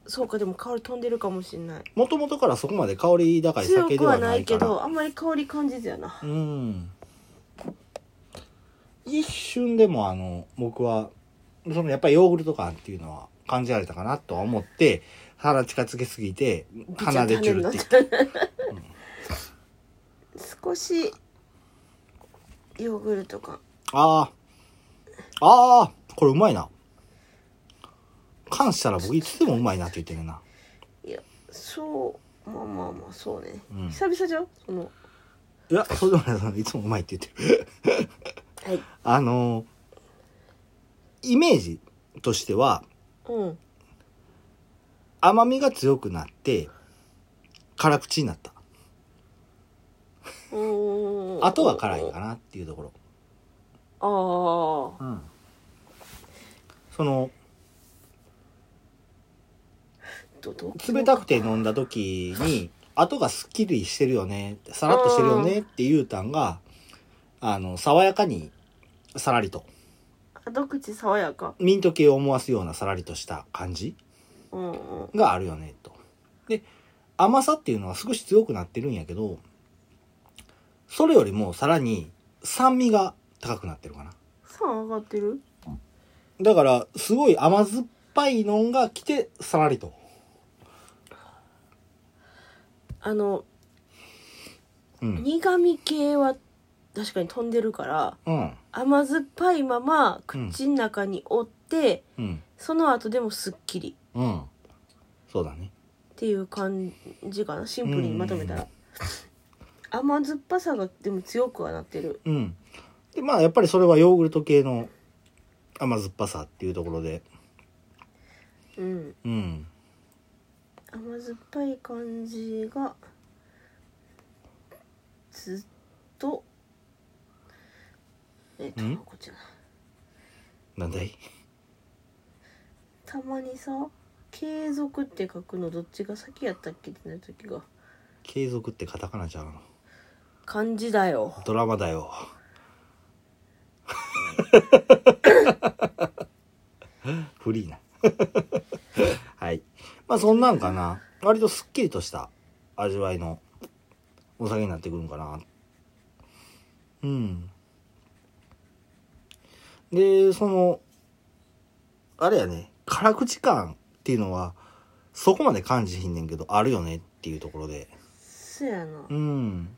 そうかでも香り飛んでるかもしんない
もともとからそこまで香り高い
強
酒
く
で
は
は
な
ないい
け
から。
どあんまり香り感じずやな
うん。一瞬でもあの、僕は、そのやっぱりヨーグルト感っていうのは感じられたかなとは思って、鼻近づけすぎて
ちゃ
鼻でチュルって
少しヨーグルト感
ああああこれうまいな缶したら僕いつでもうまいなって言ってるない
やそうまあまあまあそうね、
うん
久々じゃんその
いやそうでもないそのいつもうまいって言ってる
はい
あのーイメージとしては
うん
甘みが強くなって辛口になった
うーん
あとは辛い
あ
かなっていうところ
あー
うんその
どど
冷たくて飲んだ時に後がすっきりしてるよねさらっとしてるよねっていうたんがあの爽やかにさらりと
ど口爽やか
ミント系を思わすようなさらりとした感じ
うんうん
があるよねと。で甘さっていうのは少し強くなってるんやけどそれよりもさらに酸味が高くなってるかな。
さあ上がってる
だからすごい甘酸っぱいのんが来てさらりと。
あの
うん。
苦味系は確かに飛んでるから
うん。
甘酸っぱいまま
うん
口の中におって、
うん。
その後でもすっきり
うん。そうだね。
っていう感じかなシンプルにまとめたら、甘酸っぱさがでも強くはなってる
うん。で、まあ、やっぱりそれはヨーグルト系の甘酸っぱさっていうところで、
うん
うん。
甘酸っぱい感じがずっとえっと
ん
こっち
な
な
んだい
たまにさ「継続」って書くのどっちが先やったっけってなる時が
継続ってカタカナじゃん。
漢字だよ
ドラマだよ。 フリーな。はい。まあ、そんなんかな。割とすっきりとした味わいのお酒になってくるんかな。うん。で、その、あれやね、辛口感っていうのは、そこまで感じひんねんけど、あるよねっていうところで。
そやな
うん。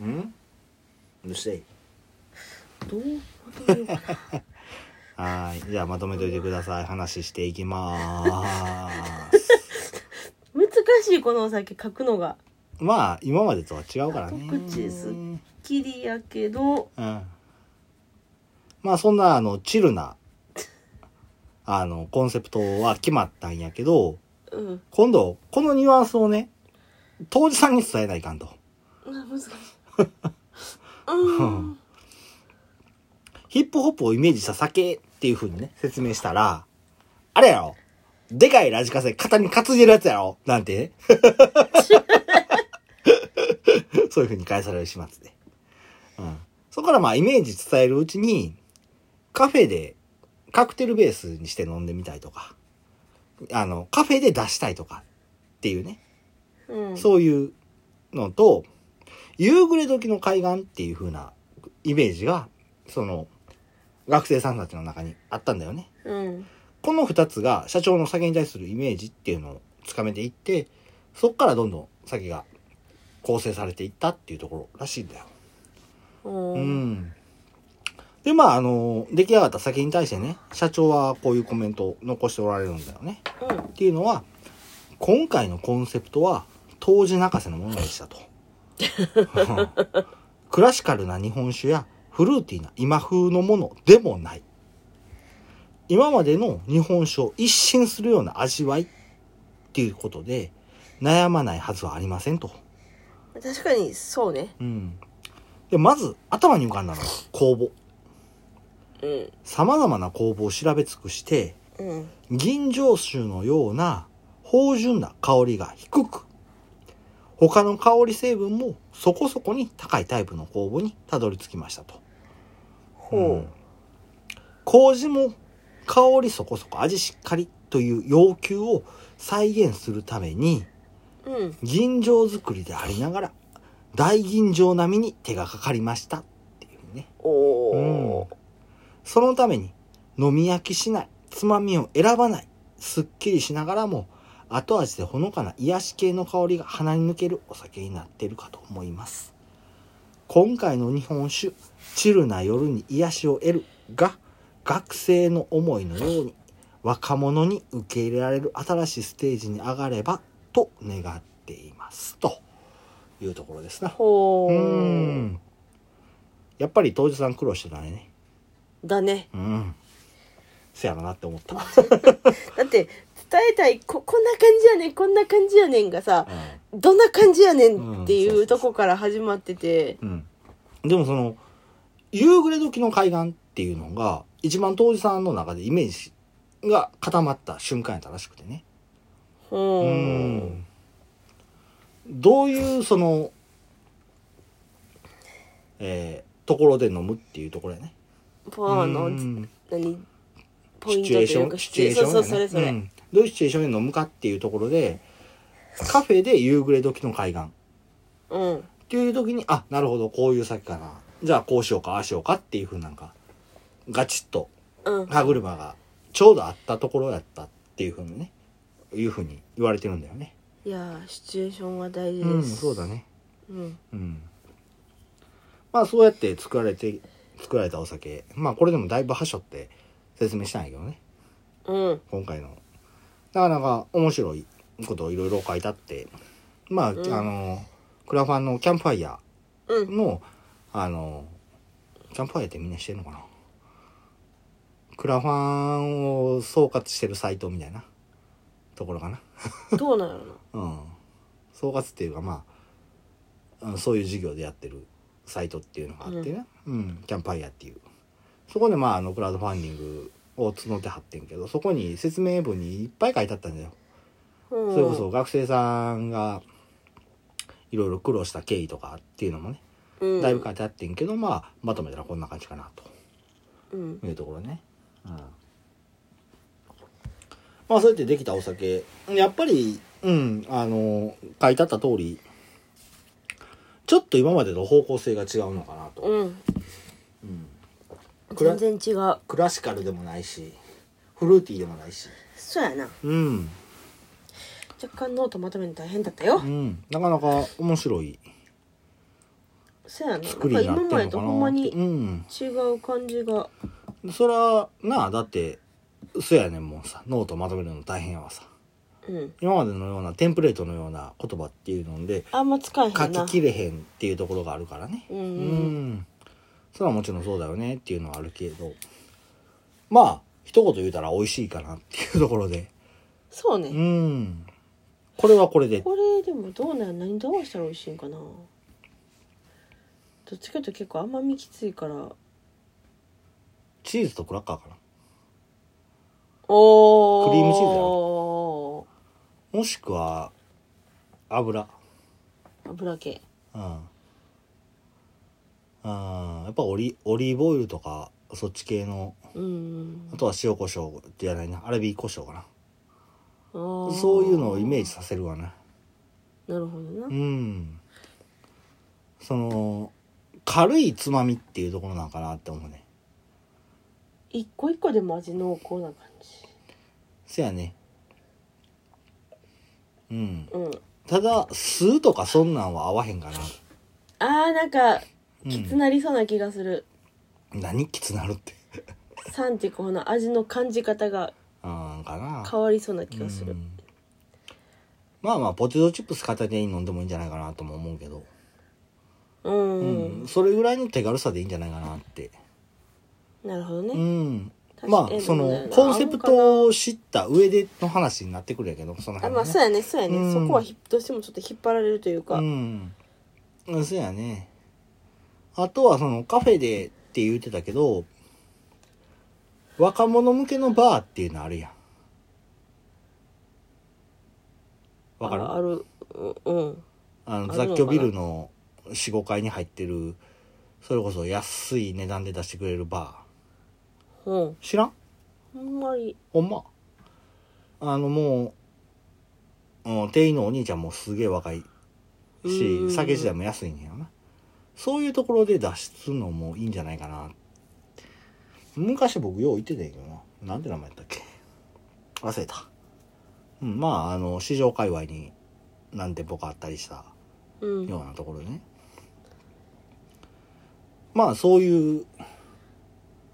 うんうるせい。
どうまとめよう かな
はーい。じゃあまとめといてください。話していきまーす。
難しいこのお酒書くのが
まあ、今までとは違うからね。
一口ですきりやけど
うん。まあ、そんな、あの、チルな、あの、コンセプトは決まったんやけど、
うん
今度、このニュアンスをね、当時さんに伝えないかんと。
な難 しいうん
ヒップホップをイメージした酒っていう風にね、説明したら、あれやろでかいラジカセ肩に担いでるやつやろなんて ねそういう風に返される始末で。うん。そこからまあイメージ伝えるうちに、カフェでカクテルベースにして飲んでみたいとか、あの、カフェで出したいとかっていうね、
うん
そういうのと、夕暮れ時の海岸っていう風なイメージが、その、学生さんたちの中にあったんだよね。
うん
この二つが社長の酒に対するイメージっていうのをつかめていって、そっからどんどん酒が構成されていったっていうところらしいんだよ。
お
う
ー
ん。で、まあ、あの、出来上がった酒に対してね、社長はこういうコメントを残しておられるんだよね。
うん
っていうのは今回のコンセプトは当時泣かせのものでしたと クラシカルな日本酒やフルーティーな今風のものでもない今までの日本酒を一新するような味わいっていうことで悩まないはずはありませんと、
確かにそうね
うん、でまず頭に浮かんだのは公募
うん
さまざまな公募を調べ尽くして
うん
銀醸酒のような芳醇な香りが低く、他の香り成分もそこそこに高いタイプの酵母にたどり着きましたと。
ほ
ん麹も香りそこそこ味しっかりという要求を再現するために、
ううん
銀醸作りでありながら、大銀醸並みに手がかかりましたっていうね。
おお
そのために飲み飽きしない、つまみを選ばない、すっきりしながらも、後味でほのかな癒し系の香りが鼻に抜けるお酒になっているかと思います。今回の日本酒、チルな夜に癒しを得るが、学生の思いのように、若者に受け入れられる新しいステージに上がれば、と願っています。というところですな。
ほ
う
ー
ーん。やっぱり当時さん苦労してたね。
だね
うん。せやろなって思った。うん
だって伝えたいここんな感じやねんこんな感じやねんがさどんな感じやねんっていうとこから始まってて
うん。でもその、夕暮れ時の海岸っていうのが、一番当時さんの中でイメージが固まった瞬間やったらしくてね。
ほ
う
ー
んどういうその、えーところで飲むっていうところやね。
ポーの
うん
何ポ
シ
イント
チ
と
ュエー
い
シ
う
ョ
か
ン、シチュエーション、ね、
そうそうそれそれ、
うんどういうシチュエーションで飲むかっていうところで、カフェで夕暮れ時の海岸っ
うん
ていう時に、あ、なるほど、こういう先かな。じゃあこうしようか、ああしようかっていうふうなんか、ガチッと
うん
歯車がちょうどあったところやったっていうふうにね、いうふうに言われてるんだよね。
いやーシチュエーションは大事です、
うん、そうだね。
うん
うん。まあそうやって作られて、作られたお酒。まあこれでもだいぶはしょって説明したんやけどね。
うん
今回のなかなか面白いことをいろいろ書いてあってまあ、
うん
あのクラファンのキャンプファイヤ
う
ー
ん
のあのキャンプファイヤーってみんなしてるのかなクラファンを総括してるサイトみたいなところかな
どうなんやろな
うん総括っていうかまあうんそういう事業でやってるサイトっていうのがあってね、うんキャンプファイヤーっていうそこでまああのクラウドファンディングを募ってはってんけどそこに説明文にいっぱい書いてあったんだよ、
うん
それこそ学生さんがいろいろ苦労した経緯とかっていうのもね
うん
だいぶ書いてあってんけど、まあまとめたらこんな感じかな
うん
というところね、うん、まあそうやってできたお酒やっぱりうんあの書いてあった通りちょっと今までと方向性が違うのかなと、
うん
クラ
全然違う
クラシカルでもないしフルーティーでもないし
そうやな
うん
若干ノートまとめるの大変だったよ
うんなかなか面白い
そうやな
作りにな
な
っ
ん
て
か
るの
今
か
ま
なっ
で
て
とほ
う
んまに
ん
違う感じが
そらなあだってそやねんもんさノートまとめるの大変やわさ
うん
今までのようなテンプレートのような言葉っていうので
あんま使えへん
書
な
ききれへんっていうところがあるからね
うん
んそれはもちろんそうだよねっていうのはあるけどまあ一言言うたら美味しいかなっていうところで
そう
う
ね
んこれはこれで
これでもどうなんや何どうしたら美味しいんかなどっちかというと結構甘みきついから
チーズとクラッカーかな
お
クリームチーズや
ー
もしくは油
油系
うんうんやっぱオリオリーブオイルとかそっち系の
うん
あとは塩コショウじゃないなアラビーコショウかなそ
そう
いうのをイメージさせるわね
なるほどな
うんその軽いつまみっていうところなのかなって思うね
一個一個でも味濃厚な感じ
せやねうん
うん
ただ酢とかそんなんは合わへんかな、
あーなんか
う
きつ
ん、
なりそうな気がする、
何きつなるって
さんってこの味の感じ方が
あーかな
変わりそうな気がする
うんまあまあポテトチップス片手に飲んでもいいんじゃないかなとも思うけど、
うん、うん
うん、それぐらいの手軽さでいいんじゃないかなって
なるほど
う
ね、
ん
確か
ま
に
あそ
どうだろ
の
うな
コンセプトを知った上での話になってくるやけどその
あ
辺
ま
は
あ
ね
そうやねそうやね、
うん
そこはひどうしてもちょっと引っ張られるというか、
うんうんそうやねあとはそのカフェでって言ってたけど若者向けのバーっていうのあるやんわかる
ああるうんうん
あの
あるのかな
雑居ビルの45階に入ってるそれこそ安い値段で出してくれるバ
うん
ー知らん
あんまり
ほんまあのもう、うん、店員のお兄ちゃんもすげえ若い
うん
し酒自体も安いんやろなそういうところで出すのもいいんじゃないかな昔僕よう言ってたんやけどな。なんて名前やったっけ忘れた。うん、まあ、あの、市場界隈に何店舗かあったりした
うん
ようなところでね。まあ、そういう、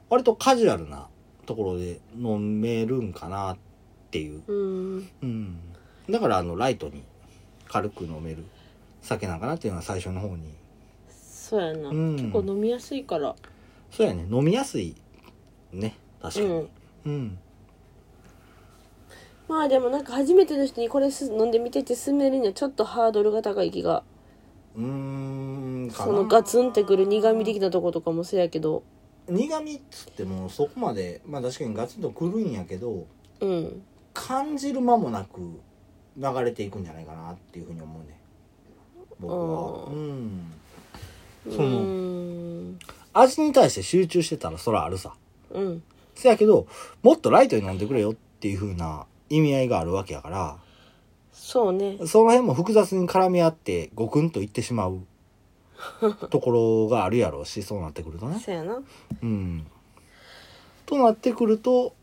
割とカジュアルなところで飲めるんかなっていう。
うん
うん。だから、あの、ライトに軽く飲める酒なんかなっていうのは最初の方に。
そうやな、
うん
結構飲みやすいから
そうやね、飲みやすいね、確かに。うん
まあでもなんか初めての人にこれす飲んでみてって勧めるにはちょっとハードルが高い気が
うーんかな
そのガツンってくる苦味的なとことかもそうやけど
苦味っつってもそこまでまあ確かにガツンとくるんやけど
うん
感じる間もなく流れていくんじゃないかなっていうふうに思うね僕は
あー
うん
う
その
ん
味に対して集中してたらそらあるさ
うん
せやけどもっとライトに飲んでくれよっていうふうな意味合いがあるわけやから
そうね
その辺も複雑に絡み合ってゴクンといってしまうところがあるやろうしそうなってくるとね
そうやな
うん。となってくると、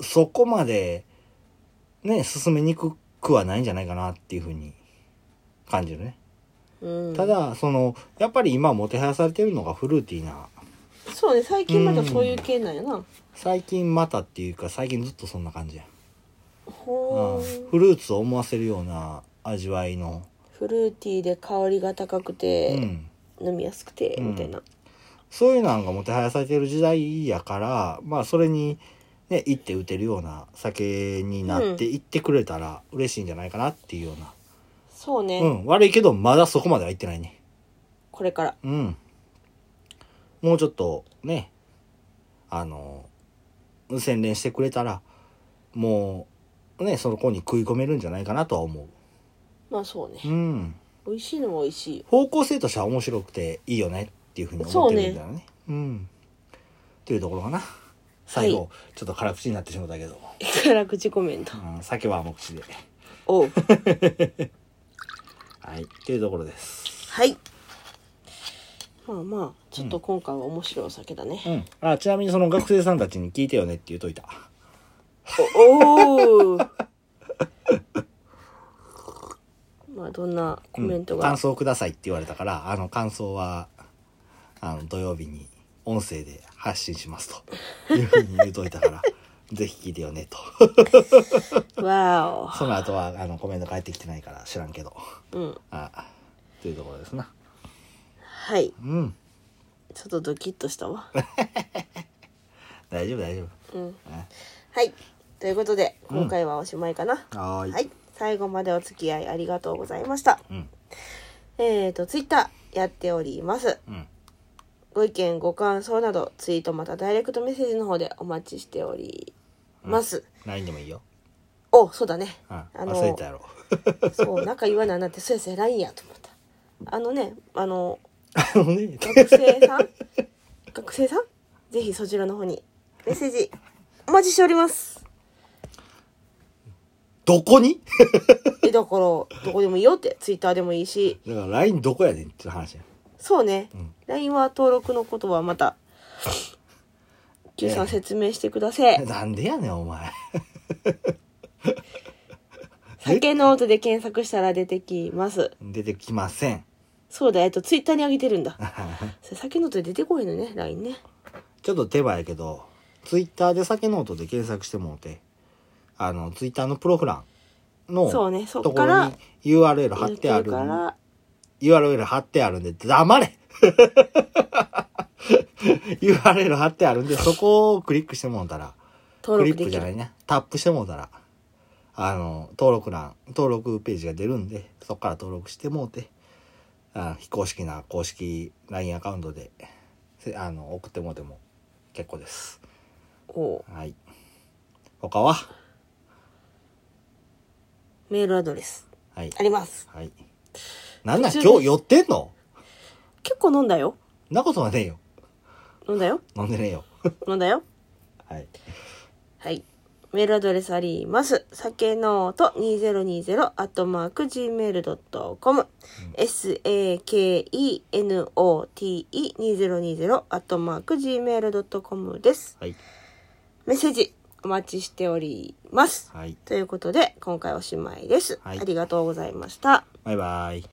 そこまで、ね、進めにくくはないんじゃないかなっていうふうに感じるね。
うん
ただ、その、やっぱり今もてはやされてるのがフルーティーな、
そうね最近またそういう系なんやな
最近またっていうか最近ずっとそんな感じや。うん
ほう
フルーツを思わせるような味わいの、
フルーティーで香りが高く
う
て、
ん。
飲みやすくて、
うん
みたいな
そういうのがもてはやされてる時代やから、まあそれに、ね、一手打てるような酒になっていってくれたら嬉しいんじゃないかなっていうような
そうね、
うん、悪いけど、まだそこまでは行ってないね。
これから
うん。もうちょっと、ね、あの、洗練してくれたら、もう、ね、その子に食い込めるんじゃないかなとは思
まあそうね
う。うん。
美味しいのは美味しいよ
方向性としては面白くていいよねっていうふうに思ってるんだよね。うん。というところかな。最後、
は
ちょっと辛口になってしまったけど、
辛口コメント
うん、酒は甘口で。
おう
はい。というところです。
はいまあまあちょっと今回は面白いお酒だね、
うん。あ、ちなみにその学生さんたちに聞いてよねって言うといた。
おおーまあどんなコメントが、
感想をくださいって言われたからあの感想はあの土曜日に音声で発信しますというふうに言うといたから ぜひ聞いてよ ねと
わ
その後はあのコメント返ってきてないから知らんけど
おうん
あというところですな
はい
うん
ちょっとドキッとしたわ
大丈夫大丈
うん
夫ね
はいということで今回はおしまいかな、
はーい
はい最後までお付き合いありがとうございました
うん
えっ、ー、とツイッターやっております
うん
ご意見ご感想などツイートまたダイレクトメッセージの方でお待ちしております、
LINE でもいいよ、
おそうだね
うん、
あの
忘れたやろ
そう仲言わないなってそうやそうや LINE やと思ったあのね あの
あのね
学生さん学生さんぜひそちらの方にメッセージお待ちしております
どこに
えだからどこでもいいよってツイッターでもいいし
だから LINE どこやねんっていう話や
そうね、
ん
LINE は登録のことは また Q さん説明してください
なんでやねんお前
酒の音で検索したら出てきます
出てきません
そうだえっとツイッターに上げてるんだそれ酒の音で出てこいのね LINE ね
ちょっと手早いけど、ツイッターで酒ノートで検索してもうて、あの、ツイッターのプロフランの、
そうねそっ
とこ
か
ろ
ら
に URL 貼っ
言って
てあ
る
る、
から
URL 貼ってあるんで、黙れ URL 貼ってあるんで、そこをクリックしてもうたら、ク
登
リ
録
ック
でき
じゃ
る
ないね。タップしてもうたら、あの、登録欄、登録ページが出るんで、そこから登録してもうて、あ非公式な公式 LINE アカウントで、せあの、送ってもうても結構です。
おう
はい。他は
メールアドレス
はい
あ。ります
はい。なんなん
途中で
今日寄ってんの
結構飲んだよ
そんなことはねえよ。
飲んだよ
飲んでねえよ。
飲んだよ
はい。
はいメールアドレスあります。酒のと2020アットマーク gmail.com、sakenote2020 アットマーク gmail.com です。
はい。
メッセージお待ちしております。
はい。
ということで、今回おしまいです。
はい
ありがとうございました。
バイバイ。